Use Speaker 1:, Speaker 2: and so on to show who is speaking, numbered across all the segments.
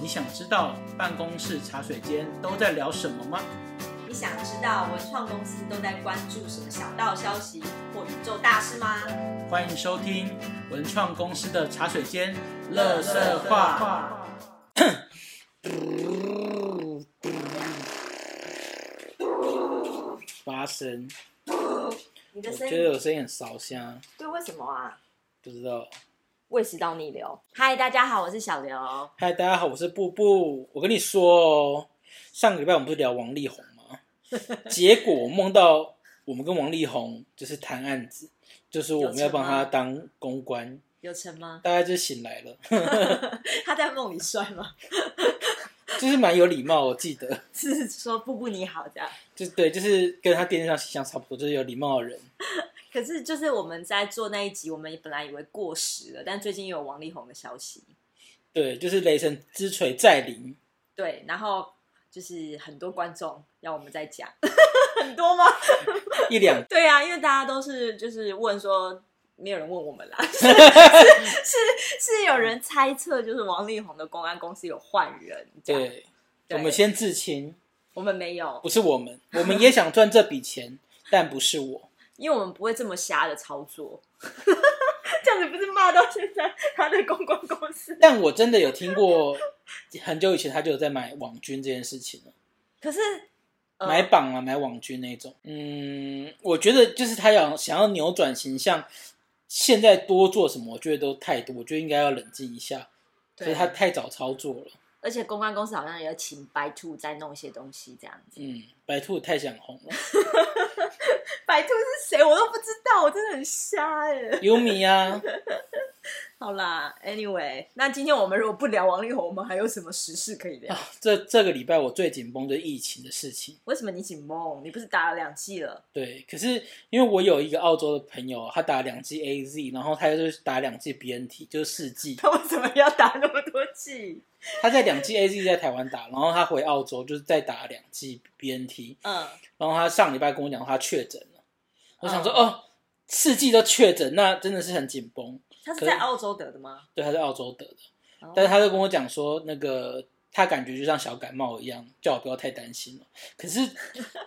Speaker 1: 你想知道办公室茶水间都在聊什么吗？
Speaker 2: 你想知道文创公司都在关注什么小道消息或宇宙大事吗？
Speaker 1: 欢迎收听文创公司的茶水间乐色话。 发声，
Speaker 2: 你
Speaker 1: 我
Speaker 2: 的声
Speaker 1: 觉得
Speaker 2: 音
Speaker 1: 我声音很烧香，
Speaker 2: 对，为什么啊？
Speaker 1: 不知道。
Speaker 2: 胃食道逆流。嗨，大家好，我是小刘。
Speaker 1: 嗨，大家好，我是布布。我跟你说哦，上个礼拜我们不是聊王力宏吗？结果我梦到我们跟王力宏就是谈案子，就是我们要帮他当公关，
Speaker 2: 有成吗？
Speaker 1: 大家就醒来了，
Speaker 2: 他在梦里摔吗？
Speaker 1: 就是蛮有礼貌。我记得，
Speaker 2: 是说布布你好这样。
Speaker 1: 就对，就是跟他电视上形象差不多，就是有礼貌的人。
Speaker 2: 可是就是我们在做那一集，我们本来以为过时了，但最近又有王力宏的消息，
Speaker 1: 对，就是雷神之锤再临，
Speaker 2: 对，然后就是很多观众要我们再讲， 很多吗？
Speaker 1: 一两
Speaker 2: 对啊，因为大家都是就是问说，没有人问我们啦， 是是是有人猜测，就是王力宏的公安公司有换人。这样，
Speaker 1: 对。
Speaker 2: 对
Speaker 1: 我们先自清，
Speaker 2: 我们没有，
Speaker 1: 不是我们，我们也想赚这笔钱，但不是我。
Speaker 2: 因为我们不会这么瞎的操作。 这样子不是骂到现在他的公关公司？
Speaker 1: 但我真的有听过，很久以前他就有在买网军这件事情了，
Speaker 2: 可是、呃
Speaker 1: 买榜啊，买网军那种。嗯，我觉得就是他要想要扭转形象，现在多做什么，我觉得都太多，我觉得应该要冷静一下，所以
Speaker 2: 对
Speaker 1: 他太早操作了。
Speaker 2: 而且公关公司好像也有请白兔在弄一些东西这样子。
Speaker 1: 嗯，白兔太想红了，
Speaker 2: 白兔是谁我都不知道，我真的很瞎哎、
Speaker 1: 优米啊，
Speaker 2: 好啦，Anyway，那今天我们如果不聊王力宏，我们还有什么时事可以聊？
Speaker 1: 啊这这个礼拜我最紧绷的疫情的事情。
Speaker 2: 为什么你紧绷？你不是打了两剂了？
Speaker 1: 对，可是因为我有一个澳洲的朋友，他打两剂 A Z，然后他就是打两剂 B N T，就是四剂。
Speaker 2: 他为什么要打那么多剂？
Speaker 1: 他在两季 A Z 在台湾打，然后他回澳洲就是再打两季 B N T，
Speaker 2: 嗯，
Speaker 1: 然后他上礼拜跟我讲他确诊了，我想说、
Speaker 2: 嗯
Speaker 1: 哦，四季都确诊，那真的是很紧绷。
Speaker 2: 他是
Speaker 1: 可是
Speaker 2: 在澳洲得的吗？
Speaker 1: 对，他在澳洲得的，
Speaker 2: 哦
Speaker 1: 但是他就跟我讲说，那个他感觉就像小感冒一样，叫我不要太担心了。可是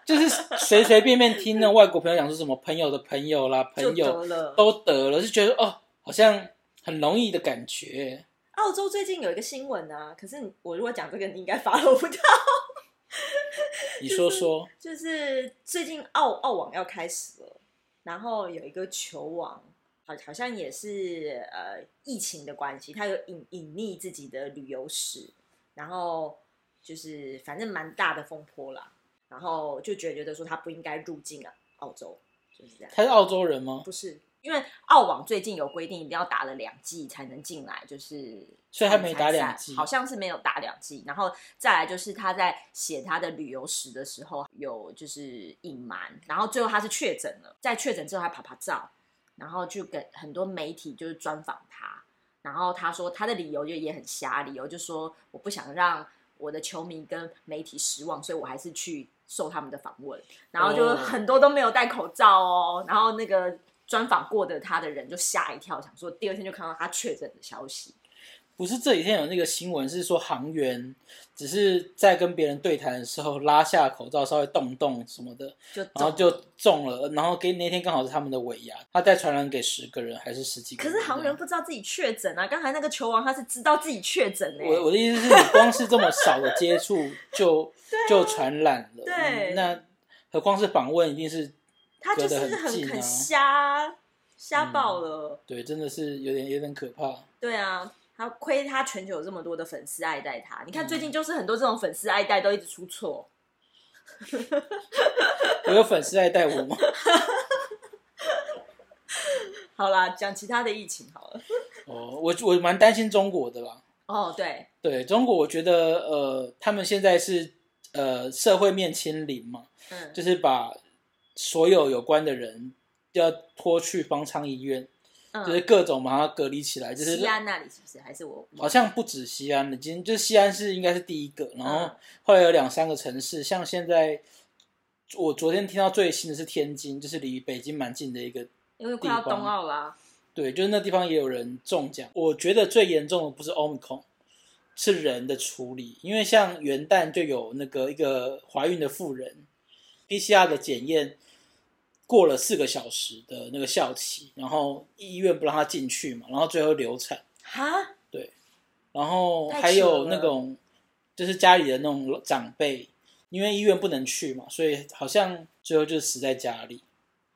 Speaker 1: 就是随随便便听那外国朋友讲说什么朋友的朋友啦，
Speaker 2: 就
Speaker 1: 朋友
Speaker 2: 得了。
Speaker 1: 都得了，就觉得哦，好像很容易的感觉。
Speaker 2: 澳洲最近有一个新闻啊，可是你我如果讲这个，你应该发了不到。
Speaker 1: 你说说，
Speaker 2: 就是最近澳澳网要开始了，然后有一个球王，好好像也是呃疫情的关系，他有隐隐匿自己的旅游史，然后就是反正蛮大的风波啦，然后就觉得说他不应该入境啊澳洲，就是这样。
Speaker 1: 他是澳洲人吗？
Speaker 2: 不是，因为澳网最近有规定，一定要打了两季才能进来，就是
Speaker 1: 所以他没打两
Speaker 2: 参赛
Speaker 1: 季
Speaker 2: 好像是没有打两季。然后再来就是他在写他的旅游史的时候有就是隐瞒，然后最后他是确诊了，在确诊之后还拍拍照，然后去跟很多媒体就是专访他，然后他说他的理由就也很瞎，理由就说我不想让我的球迷跟媒体失望，所以我还是去受他们的访问，然后就
Speaker 1: 哦
Speaker 2: 很多都没有戴口罩哦，然后那个专访过的他的人就吓一跳，想说第二天就看到他确诊的消息，
Speaker 1: 不是这几天有那个新闻是说航员只是在跟别人对谈的时候拉下口罩稍微动动什么的，
Speaker 2: 就
Speaker 1: 然后就中了，然后给那天刚好是他们的尾牙，他再传染给十个人还是十几个
Speaker 2: 可
Speaker 1: 人？
Speaker 2: 是航员不知道自己确诊啊，刚才那个球王他是知道自己确诊哎、
Speaker 1: 我我的意思是你光是这么少的接触就、就传染了，
Speaker 2: 对
Speaker 1: 嗯那何况是访问，一定是
Speaker 2: 他就是
Speaker 1: 隔得很近啊嗯
Speaker 2: 很瞎瞎爆了。
Speaker 1: 对，真的是有点有点可怕。
Speaker 2: 对啊，他亏他全球有这么多的粉丝爱戴他。你
Speaker 1: 嗯
Speaker 2: 看最近就是很多这种粉丝爱戴都一直出错，
Speaker 1: 我有粉丝爱戴我 吗？
Speaker 2: 好啦，讲其他的疫情好了。
Speaker 1: 哦，我我蛮担心中国的啦。
Speaker 2: 哦，对，
Speaker 1: 对中国，我觉得呃，他们现在是呃社会面清零嘛，
Speaker 2: 嗯，
Speaker 1: 就是把所有有关的人要拖去方舱医院，就是各种把它隔离起来，就是
Speaker 2: 嗯西安那里是不是？还是我？
Speaker 1: 好像不止西安了，今天就西安是应该是第一个，然后
Speaker 2: 嗯
Speaker 1: 后来有两三个城市，像现在我昨天听到最新的是天津，就是离北京蛮近的一个。
Speaker 2: 因为快要冬奥啦，
Speaker 1: 对，就是那地方也有人中奖。我觉得最严重的不是 Omicron，是人的处理，因为像元旦就有那个一个怀孕的妇人，PCR 的检验过了四个小时的那个效期，然后医院不让她进去嘛，然后最后流产，
Speaker 2: 哈，
Speaker 1: 然后
Speaker 2: 太
Speaker 1: 还
Speaker 2: 扯
Speaker 1: 有那
Speaker 2: 了
Speaker 1: 种就是家里的那种长辈，因为医院不能去嘛，所以好像最后就死在家里。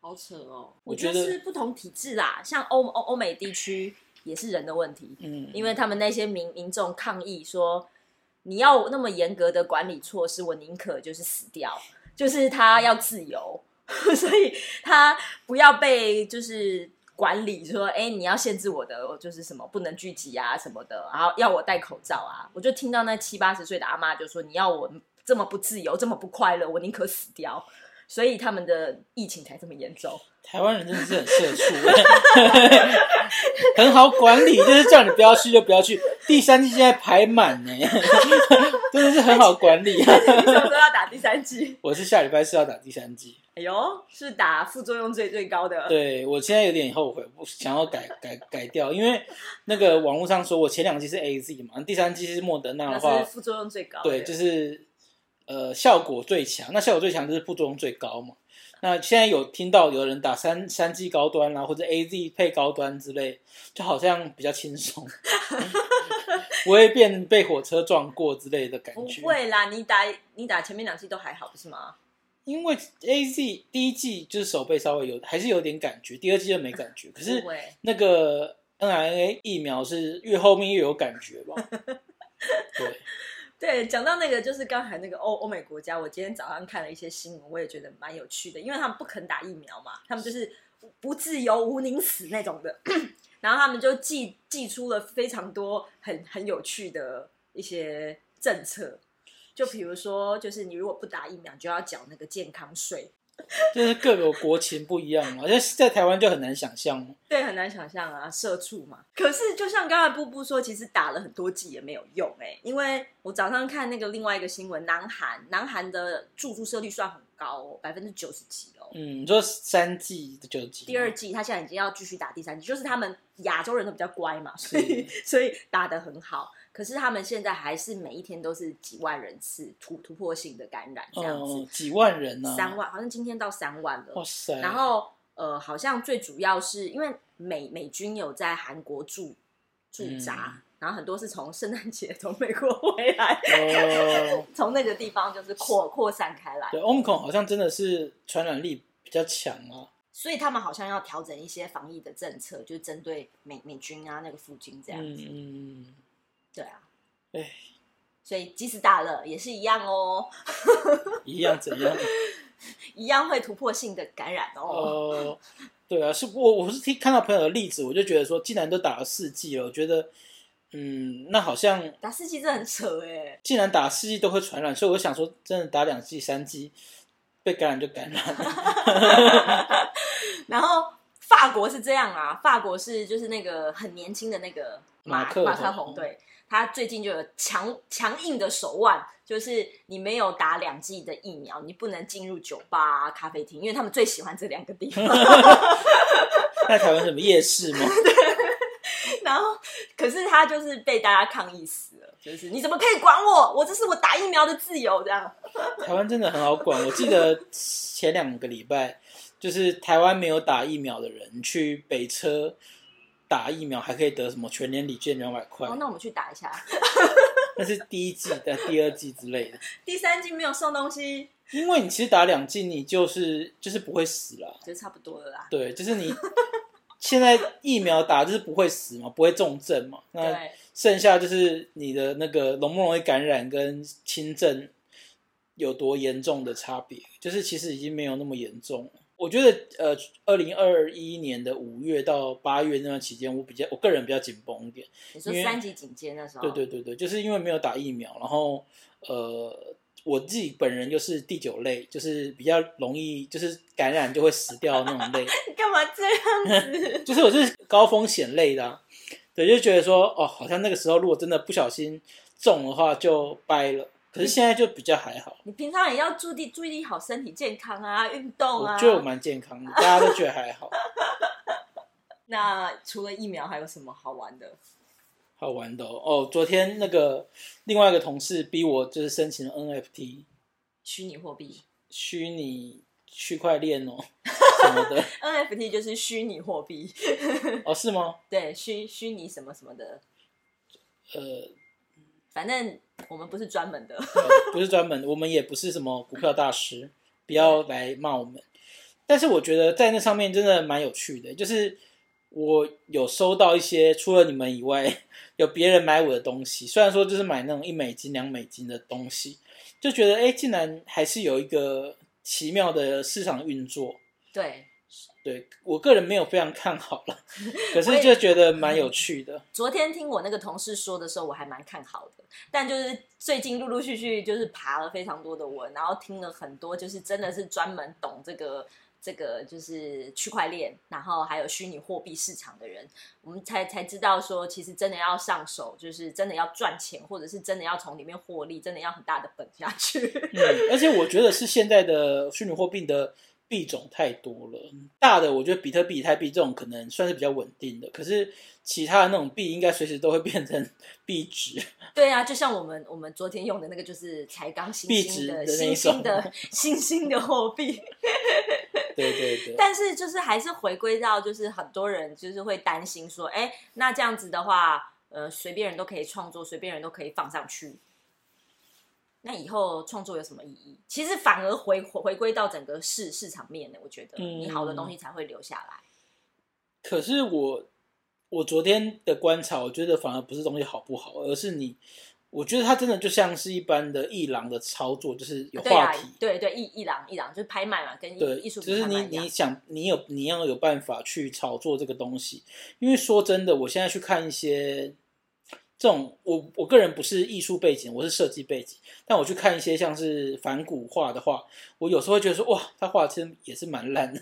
Speaker 2: 好扯哦。
Speaker 1: 我
Speaker 2: 我
Speaker 1: 觉
Speaker 2: 觉
Speaker 1: 得
Speaker 2: 得是不同体制啦，像欧欧欧美地区也是人的问题，
Speaker 1: 嗯，
Speaker 2: 因为他们那些民民众抗议说，你要那么严格的管理措施，我宁可就是死掉，就是他要自由， 所以他不要被就是管理说，哎、你要限制我的就是什么不能聚集啊什么的，然后要我戴口罩啊，我就听到那七八十岁的阿妈就说，你要我这么不自由，这么不快乐，我宁可死掉。所以他们的疫情才这么严重，
Speaker 1: 台湾人真的是很社畜，欸 很好管理，就是叫你不要去就不要去。第三季现在排满呢， 真的是很好管理。
Speaker 2: 你什么时候要打第三剂？
Speaker 1: 我是下礼拜是要打第三季，
Speaker 2: 哎呦，是打副作用最最高的。
Speaker 1: 对我现在有点后悔，我想要改改改掉，因为那个网络上说我前两季是 A Z 嘛，第三季是莫德纳
Speaker 2: 那
Speaker 1: 的话
Speaker 2: 是，副作用最高的。
Speaker 1: 对，就是呃效果最强。那效果最强就是副作用最高嘛。那现在有听到有人打三三 G 高端啊啦、或者 AZ 配高端之类，就好像比较轻 松，不会变被火车撞过之类的感
Speaker 2: 不
Speaker 1: 觉。
Speaker 2: 会啦，你打你打前面两季都还好，不是吗？
Speaker 1: 因为 AZ 第一季就是手背稍微有还是有点感觉，第二季就没感觉。可是
Speaker 2: 不会
Speaker 1: 那个 mRNA 疫苗是越后面越有感觉 吧？对，
Speaker 2: 对，讲到那个就是刚才那个欧欧美国家，我今天早上看了一些新闻，我也觉得蛮有趣的，因为他们不肯打疫苗嘛，他们就是不不自由无宁死那种的， 然后他们就寄寄出了非常多很很有趣的一些政策。就比如说，就是你如果不打疫苗，你就要缴那个健康税。
Speaker 1: 就是各个国情不一样嘛，但是在台湾就很难想象嘛。
Speaker 2: 对，很难想象啊，社畜嘛。可是就像刚才布布说，其实打了很多剂也没有用哎、因为我早上看那个另外一个新闻，南韩南韩的住注射率算很高哦，百分之九十几哦。
Speaker 1: 嗯，你说三季的九季吗，
Speaker 2: 第二季他现在已经要继续打第三季，就是他们亚洲人都比较乖嘛，所以所以打得很好。可是他们现在还是每一天都是几万人次突突破性的感染这样
Speaker 1: 哦
Speaker 2: 子，，
Speaker 1: 几万人呢、
Speaker 2: 三万好像今天到三万了。
Speaker 1: 哇塞！
Speaker 2: 然后呃，好像最主要是因为美美军有在韩国驻驻扎，
Speaker 1: 嗯
Speaker 2: 然后很多是从圣诞节从美国回来，
Speaker 1: 哦，
Speaker 2: 从那个地方就是扩扩散开来，
Speaker 1: 对，omicron 好像真的是传染力比较强啊。
Speaker 2: 所以他们好像要调整一些防疫的政策，就是针对美美军啊那个附近这样
Speaker 1: 嗯
Speaker 2: 子。
Speaker 1: 嗯，
Speaker 2: 对啊，
Speaker 1: 哎，
Speaker 2: 所以即使打了也是一样哦，
Speaker 1: 嗯一样怎样？
Speaker 2: 一样会突破性的感染哦。
Speaker 1: 哦，对啊，是我我是听看到朋友的例子，我就觉得说，既然都打了四季了，我觉得，嗯，那好像
Speaker 2: 打四剂真的很扯哎、
Speaker 1: 既然打四季都会传染，所以我想说，真的打两季、三季被感染就感染了。
Speaker 2: 然后法国是这样啊，法国是就是那个很年轻的那个
Speaker 1: 马
Speaker 2: 马
Speaker 1: 克
Speaker 2: 马
Speaker 1: 宏
Speaker 2: 克宏，对他最近就有强强硬的手腕，就是你没有打两剂的疫苗，你不能进入酒吧、啊、咖啡厅，因为他们最喜欢这两个地 方。
Speaker 1: 那台湾什么夜市吗？
Speaker 2: 然后，可是他就是被大家抗议死了，就是你怎么可以管我？我这是我打疫苗的自由，这样。
Speaker 1: 台湾真的很好管。我记得前两个礼拜，就是台湾没有打疫苗的人去北车打疫苗，还可以得什么全年礼券两百块
Speaker 2: 哦，，那我们去打一下。
Speaker 1: 那是第一季的、第二季之类的。
Speaker 2: 第三剂没有送东西，
Speaker 1: 因为你其实打两剂，你就是就是不会死啦。
Speaker 2: 就差不多了啦。
Speaker 1: 对，就是你现在疫苗打就是不会死嘛，不会重症嘛。那
Speaker 2: 对，
Speaker 1: 剩下就是你的那个容不容易感染跟轻症有多严重的差别，就是其实已经没有那么严重了。我觉得呃，二零二一年的五月到八月那段期间，我比较我个人比较紧绷一点。
Speaker 2: 你说
Speaker 1: 因为
Speaker 2: 三级警戒那时候，
Speaker 1: 对对对对，就是因为没有打疫苗，然后呃，我自己本人就是第九类，就是比较容易就是感染就会死掉那种类。
Speaker 2: 你干嘛这样子？
Speaker 1: 就是我是高风险类的、啊，对，就觉得说哦，好像那个时候如果真的不小心中的话就掰了，可是现在就比较还好，
Speaker 2: 你平常也要注意注意好身体健康啊，运动啊
Speaker 1: 我。觉得我蛮健康的，大家都觉得还好。
Speaker 2: 那除了疫苗还有什么好玩的？
Speaker 1: 好玩的哦。哦昨天那个另外一个同事逼我就是申请了 NFT
Speaker 2: 虚拟货币
Speaker 1: 虚拟区块链哦什么的，
Speaker 2: NFT 就是虚拟货币，
Speaker 1: 哦是吗？
Speaker 2: 对，虚虚拟什么什么的，
Speaker 1: 呃，
Speaker 2: 反正我们不是专门的。
Speaker 1: 呃 不是专门，我们也不是什么股票大师，不要来骂我们。但是我觉得在那上面真的蛮有趣的，就是我有收到一些除了你们以外， 有别人买我的东西，虽然说就是买那种一美金、两美金的东西，就觉得哎，诶竟然还是有一个奇妙的市场运作。
Speaker 2: 对，
Speaker 1: 对我个人没有非常看好 了，可
Speaker 2: 我也嗯
Speaker 1: 是就觉得蛮有趣的。
Speaker 2: 昨天听我那个同事说的时候，我还蛮看好的，但就是最近陆陆续续就是爬了非常多的文，然后听了很多，就是真的是专门懂这个这个就是区块链，然后还有虚拟货币市场的人，我们才才知道说，其实真的要上手，就是真的要赚钱，或者是真的要从里面获利，真的要很大的本下去。
Speaker 1: 嗯，而且我觉得是现在的虚拟货币的币种太多了，大的我觉得比特币、以太币这种可能算是比较稳定的，可是其他的那种币应该随时都会变成币 值。
Speaker 2: 对啊，就像我们我们昨天用的那个，就是才刚新
Speaker 1: 币
Speaker 2: 兴
Speaker 1: 值
Speaker 2: 的
Speaker 1: 的那
Speaker 2: 新
Speaker 1: 一
Speaker 2: 兴
Speaker 1: 种
Speaker 2: 的 新兴的货币。
Speaker 1: 对对对，
Speaker 2: 但是就是还是回归到，就是很多人就是会担心说，哎、那这样子的话，呃，随便人都可以创作，随便人都可以放上去，那以后创作有什么意义？其实反而回回回归到整个市市场面呢，我觉得
Speaker 1: 嗯
Speaker 2: 你好的东西才会留下来。
Speaker 1: 可是我我昨天的观察，我觉得反而不是东西好不好，而是你，我觉得它真的就像是一般的艺廊的操作，就是有
Speaker 2: 对啊
Speaker 1: 话题。，
Speaker 2: 对对，一一郎一郎就是拍卖嘛，跟
Speaker 1: 对，
Speaker 2: 艺艺术
Speaker 1: 就
Speaker 2: 品
Speaker 1: 是
Speaker 2: 拍
Speaker 1: 你
Speaker 2: 卖一样
Speaker 1: 你。想你有你要有办法去炒作这个东西，因为说真的，我现在去看一些这种，我我个人不是艺术背景，我是设计背景，但我去看一些像是反骨画的话，我有时候会觉得说，哇，他画得真也是蛮烂的，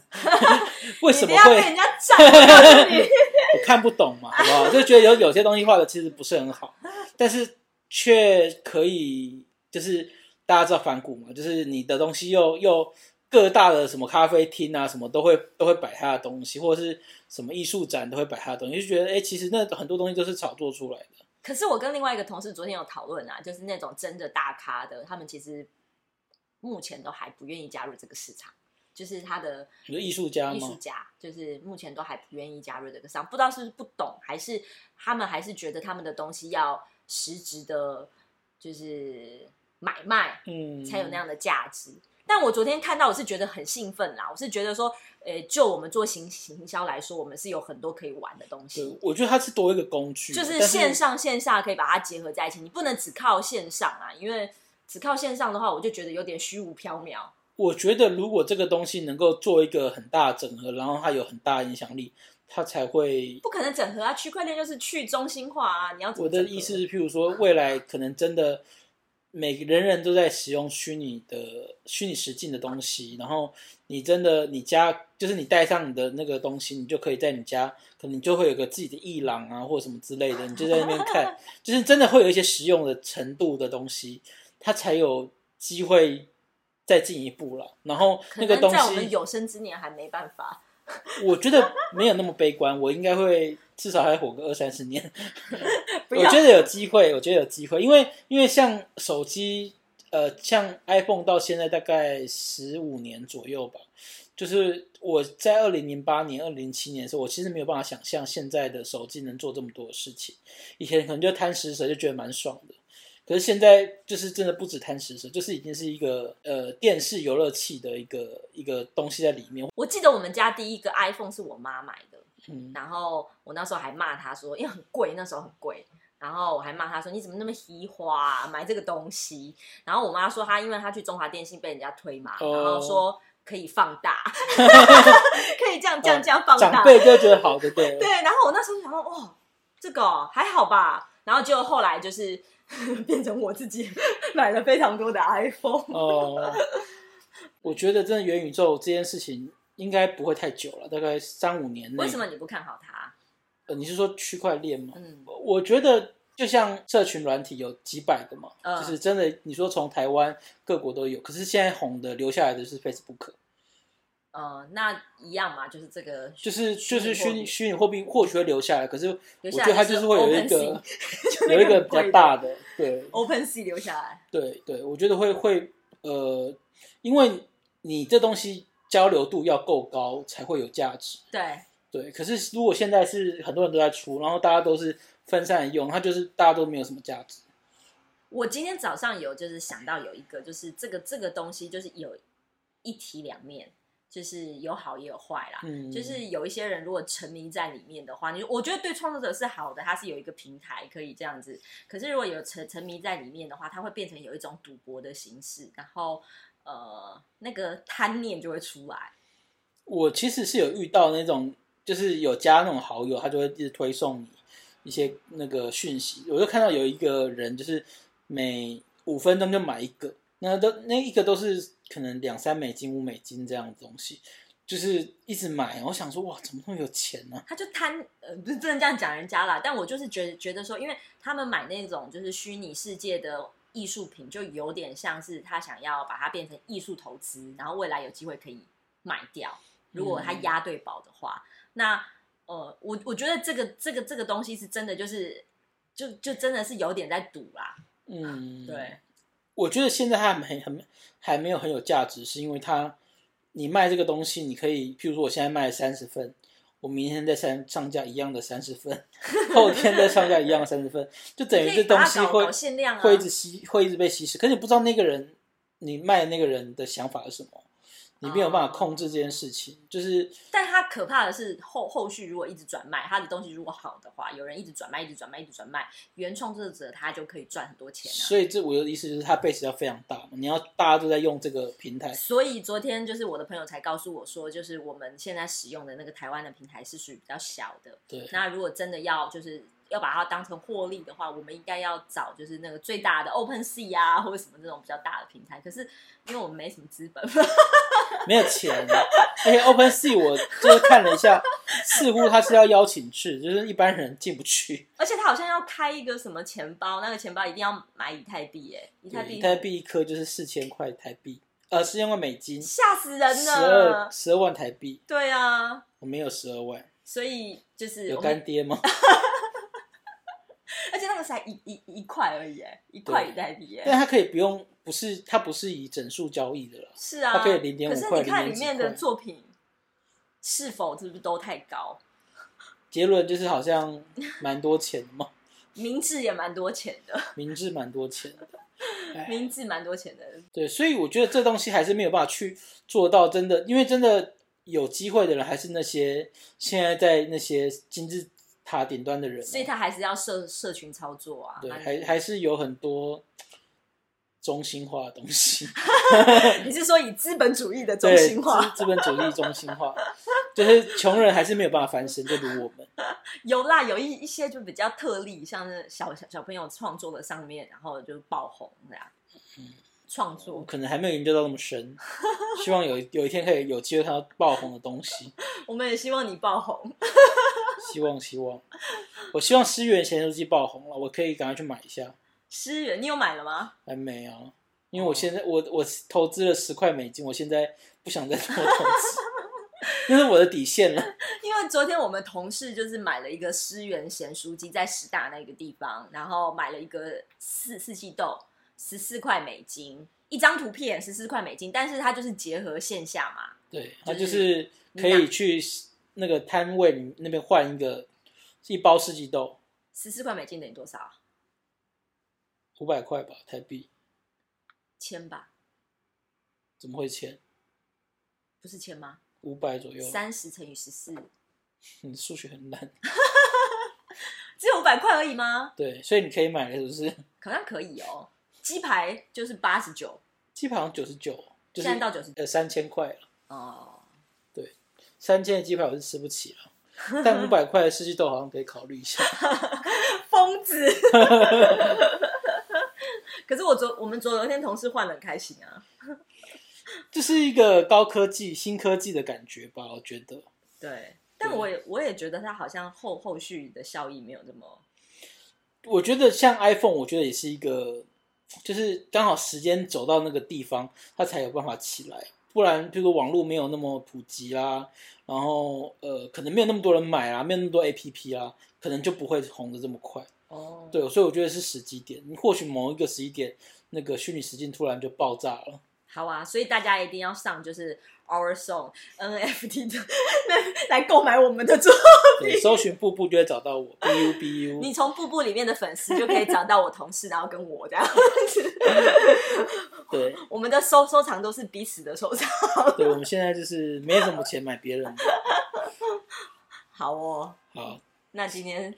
Speaker 1: 为
Speaker 2: 你
Speaker 1: 什
Speaker 2: 不
Speaker 1: 么
Speaker 2: 要
Speaker 1: 会
Speaker 2: 被人家 讲啊，你
Speaker 1: 我看不懂嘛，好不好？就 觉得有有些东西画的其实不是很好，但是却可以，就是大家知道反骨嘛，就是你的东西又又各大的什么咖啡厅啊，什么都会都会摆他的东西，或者是什么艺术展都会摆他的东西，就觉得哎、诶其实那很多东西都是炒作出来的。
Speaker 2: 可是我跟另外一个同事昨天有讨论啊，就是那种真的大咖的，他们其实目前都还不愿意加入这个市场，就是他的
Speaker 1: 你说艺术家
Speaker 2: 艺术
Speaker 1: 吗？
Speaker 2: 家，就是目前都还不愿意加入这个市场，不知道是不是不懂，还是他们还是觉得他们的东西要实质的，就是买卖
Speaker 1: 嗯，
Speaker 2: 才有那。样的价值。但我昨天看到，我是觉得很兴奋啦，我是觉得说，呃，就我们做行行销来说，我们是有很多可以玩的东西。
Speaker 1: 对，我觉得它是多一个工具，
Speaker 2: 就是
Speaker 1: 但
Speaker 2: 线上线下可以把它结合在一起，你不能只靠线上啊，因为只靠线上的话，我就觉得有点虚无缥缈。
Speaker 1: 我觉得如果这个东西能够做一个很大的整合，然后它有很大的影响力，它才会
Speaker 2: 不可能整合啊，区块链就是去中心化啊，你要怎么
Speaker 1: 我的
Speaker 2: 整合
Speaker 1: 意思是，譬如说，未来可能真的每个人人都在使用虚拟的虚拟实境的东西，然后你真的你家就是你带上你的那个东西，你就可以在你家，可能你就会有个自己的艺廊啊，或者什么之类的，你就在那边看，就是真的会有一些实用的程度的东西，它才有机会再进一步了。然后
Speaker 2: 可
Speaker 1: 那个
Speaker 2: 能
Speaker 1: 东
Speaker 2: 在我们
Speaker 1: 西，
Speaker 2: 有生之年还没办法。
Speaker 1: 我觉得没有那么悲观，我应该会至少还活个二三十年。
Speaker 2: 不
Speaker 1: 我
Speaker 2: 要
Speaker 1: 觉得有机会，我觉得有机会，因为因为像手机，呃，像 iPhone 到现在大概十五年左右吧，就是我在二零零八年、二零零七年的时候，我其实没有办法想象现在的手机能做这么多事情。以前可能就贪食蛇就觉得蛮爽的，可是现在就是真的不止贪食蛇，就是已经是一个呃电视游乐器的一个一个东西在里面。
Speaker 2: 我记得我们家第一个 iPhone 是我妈买的，
Speaker 1: 嗯，
Speaker 2: 然后我那时候还骂她说，因为很贵，那时候很贵。然后我还骂她说：“你怎么那么稀花、啊，买这个东西？”然后我妈说她因为她去中华电信被人家推嘛，
Speaker 1: 哦
Speaker 2: 然后说可以放 大，可以这样这样这样放大。
Speaker 1: 哦长辈就觉得好，对不对？
Speaker 2: 对，然后我那时候想说：“哦，这个哦、还好吧。”然后就后来就是 变成我自己买了非常多的 iPhone。
Speaker 1: 哦，我觉得真的元宇宙这件事情应该不会太久了，大概三五年内。
Speaker 2: 为什么你不看好它？
Speaker 1: 呃你是说区块链吗？
Speaker 2: 嗯，
Speaker 1: 我觉得就像社群软体有几百个嘛，
Speaker 2: 嗯
Speaker 1: 就是真的，你说从台湾各国都有，可是现在红的留下来的是 Facebook，
Speaker 2: 呃，那一样嘛，就是这个
Speaker 1: 就是
Speaker 2: 虚
Speaker 1: 就
Speaker 2: 拟
Speaker 1: 是
Speaker 2: 货
Speaker 1: 虚
Speaker 2: 币
Speaker 1: 拟虚拟货币或许会留下来，可是我
Speaker 2: 留
Speaker 1: 觉
Speaker 2: 下
Speaker 1: 得
Speaker 2: 来
Speaker 1: 它
Speaker 2: 就
Speaker 1: 就是是会有一
Speaker 2: OpenSea
Speaker 1: 个
Speaker 2: 就
Speaker 1: 有一个比
Speaker 2: 贵
Speaker 1: 较大的，对
Speaker 2: Open C 留下来，
Speaker 1: 对对，我觉得会会呃，因为你这东西交流度要够高才会有价值。
Speaker 2: 对，
Speaker 1: 对，可是如果现在是很多人都在出，然后大家都是分散用，它就是大家都没有什么价值。
Speaker 2: 我今天早上有就是想到有一个，就是这个这个东西就是有一体两面，就是有好也有坏啦。
Speaker 1: 嗯，
Speaker 2: 就是有一些人如果沉迷在里面的话，你我觉得对创作者是好的，他是有一个平台可以这样子。可是如果有沉沉迷在里面的话，它会变成有一种赌博的形式，然后呃那个贪念就会出来。
Speaker 1: 我其实是有遇到那种，就是有加那种好友，他就会一直推送你一些那个讯息。我就看到有一个人，就是每五分钟就买一个，那都那一个都是可能两三美金、五美金这样的东西，就是一直买。我想说，哇，怎么那么有钱呢、
Speaker 2: 他就贪，呃，不是真的这样讲人家啦，但我就是觉得觉得说，因为他们买那种就是虚拟世界的艺术品，就有点像是他想要把它变成艺术投资，然后未来有机会可以卖掉，如果
Speaker 1: 嗯
Speaker 2: 他押对宝的话，那呃，我我觉得这个这个这个东西是真的，就是就就真的是有点在赌啦，
Speaker 1: 嗯，
Speaker 2: 对，。
Speaker 1: 我觉得现在它还很很还没有很有价值，是因为它你卖这个东西，你可以，譬如说我现在卖三十份，我明天再上上架一样的三十份，后天再上架一样的三十份，就等于
Speaker 2: 可
Speaker 1: 这
Speaker 2: 以把
Speaker 1: 东
Speaker 2: 它
Speaker 1: 西
Speaker 2: 搞
Speaker 1: 会
Speaker 2: 搞限量啊，
Speaker 1: 会一直稀会一直被稀释，可是你不知道那个人你卖的那个人的想法是什么，你没有
Speaker 2: 哦
Speaker 1: 办法控制这件事情，就是
Speaker 2: 但它可怕的是后后续如果一直转卖，它的东西如果好的话，有人一直转卖，一直转卖，一直转卖，原创作者他就可以赚很多钱啊。
Speaker 1: 所以这我的意思就是它 base 要非常大嘛，你要大家都在用这个平台，
Speaker 2: 所以昨天就是我的朋友才告诉我说，就是我们现在使用的那个台湾的平台是属于比较小的。
Speaker 1: 对，
Speaker 2: 那如果真的要就是要把它当成获利的话，我们应该要找就是那个最大的 Open Sea 啊，或者什么这种比较大的平台。可是因为我们没什么资本，
Speaker 1: 没有钱，而且 Open Sea 我就是看了一下，似乎他是要邀请制，就是一般人进不去。
Speaker 2: 而且他好像要开一个什么钱包，那个钱包一定要买以太币，哎，以太
Speaker 1: 对
Speaker 2: 币
Speaker 1: 一台币一颗就是四千块台币，呃，四千块美金，十
Speaker 2: 吓死人
Speaker 1: 二
Speaker 2: 了。
Speaker 1: 十二万台币，
Speaker 2: 对啊，
Speaker 1: 我没有十二万，
Speaker 2: 所以就是
Speaker 1: 有
Speaker 2: 我
Speaker 1: 干
Speaker 2: 们，
Speaker 1: 爹吗？
Speaker 2: 而且那个才一一一块而已耶，一块以太币欸耶。
Speaker 1: 但他可以不用，不是他不是以整数交易的了，
Speaker 2: 是啊，
Speaker 1: 它可以0.5
Speaker 2: 是
Speaker 1: 块
Speaker 2: 你看
Speaker 1: 0.7
Speaker 2: 里面的
Speaker 1: 块
Speaker 2: 作品是否是不是都太高？
Speaker 1: 结论就是好像蛮多钱的嘛，
Speaker 2: 明治也蛮多钱的，
Speaker 1: 明治蛮多钱的。哎
Speaker 2: 明治蛮多钱的。
Speaker 1: 对，所以我觉得这东西还是没有办法去做到真的，因为真的有机会的人还是那些现在在那些金字塔顶端的人啊，
Speaker 2: 所以他还是要社社群操作啊，
Speaker 1: 对
Speaker 2: 蛮
Speaker 1: 还还是有很多中心化的东 西，
Speaker 2: 你是说以资本主义的中
Speaker 1: 对
Speaker 2: 心化？
Speaker 1: 资资本主义中心化，就是穷人还是没有办法翻身，就如我们，
Speaker 2: 有啦，有一一些就比较特例，像是小小小朋友创作的上面，然后就爆红这样。
Speaker 1: 嗯
Speaker 2: 创
Speaker 1: 我
Speaker 2: 作
Speaker 1: 可能还没有研究到那么深，希望有有一天可以有机会看到爆红的东西，
Speaker 2: 我们也希望你爆红。
Speaker 1: 希望希望，我希望思源咸酥鸡爆红了，我可以赶快去买一下。
Speaker 2: 诗人，你有买了吗？
Speaker 1: 还没啊，因
Speaker 2: 哦
Speaker 1: 为我现在我我投资了十块美金，我现在不想再多投资，那是我的底线了。
Speaker 2: 因为昨天我们同事就是买了一个诗源咸酥鸡，在师大那个地方，然后买了一个四四季豆，十四块美金一张图片，十四块美金，但是它就是结合线下嘛，
Speaker 1: 对，他
Speaker 2: 就是
Speaker 1: 就是可以去那个摊位里那边换一个一包四季豆，
Speaker 2: 十四块美金等于多少？啊
Speaker 1: 五百块吧台币，
Speaker 2: 千吧，
Speaker 1: 怎么会钱？
Speaker 2: 不是千吗？
Speaker 1: 五百左右，
Speaker 2: 三十乘以十四，
Speaker 1: 你数学很烂。
Speaker 2: 只有五百块而已吗？
Speaker 1: 对，所以你可以买的就是
Speaker 2: 好像可以哦。鸡排就是八十九
Speaker 1: 基本上九十九，就是
Speaker 2: 现在到99
Speaker 1: 呃三千块了，
Speaker 2: 哦，
Speaker 1: 三千的鸡排我是吃不起了，但五百块的四季豆好像可以考虑一下。
Speaker 2: 疯子。 可是我昨我们昨天同事换的很开心啊。
Speaker 1: 这是一个高科技、新科技的感觉吧？我觉得，
Speaker 2: 对，但
Speaker 1: 对
Speaker 2: 我也我也觉得它好像后后续的效益没有这么
Speaker 1: 我觉得像 iPhone，我觉得也是一个，就是刚好时间走到那个地方，它才有办法起来。不然，譬如说网络没有那么普及啦，然后呃，可能没有那么多人买啦，没有那么多 APP 啦，可能就不会红的这么快。
Speaker 2: 哦，
Speaker 1: 对，所以我觉得是时机点，或许某一个时机点，那个虚拟实境突然就爆炸了。
Speaker 2: 好啊，所以大家一定要上就是 Our Song NFT 的来购买我们的作
Speaker 1: 对，搜寻步步就会找到我，B U B
Speaker 2: 你
Speaker 1: U。
Speaker 2: 从布布里面的粉丝就可以找到我同事，然后跟我这样，
Speaker 1: 对，
Speaker 2: 我们的收收藏都是彼此的收藏。
Speaker 1: 对，我们现在就是没什么钱买别人的。
Speaker 2: 好哦，
Speaker 1: 好，
Speaker 2: 那今天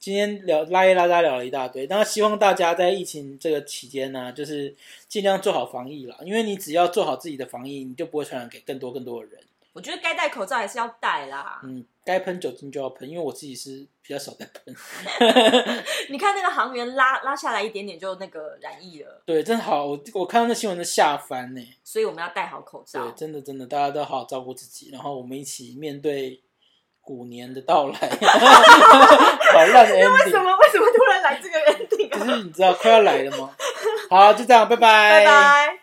Speaker 1: 今天聊拉一拉拉聊了一大堆，那希望大家在疫情这个期间呢、就是尽量做好防疫啦，因为你只要做好自己的防疫，你就不会传染给更多更多的人。
Speaker 2: 我觉得该戴口罩还是要戴啦。
Speaker 1: 嗯，该喷酒精就要喷，因为我自己是比较少在喷。
Speaker 2: 你看那个航员拉拉下来一点点就那个染疫了，
Speaker 1: 对，真好，我我看到那新闻都吓翻呢、
Speaker 2: 所以我们要戴好口
Speaker 1: 对
Speaker 2: 罩，。
Speaker 1: 真的真的，大家都好好照顾自己，然后我们一起面对虎年的到来。 好烂的 ending。
Speaker 2: 么 为什么突然来这个 ending？啊
Speaker 1: 可是你知道快要来了吗？好，就这样，拜拜，
Speaker 2: 拜拜。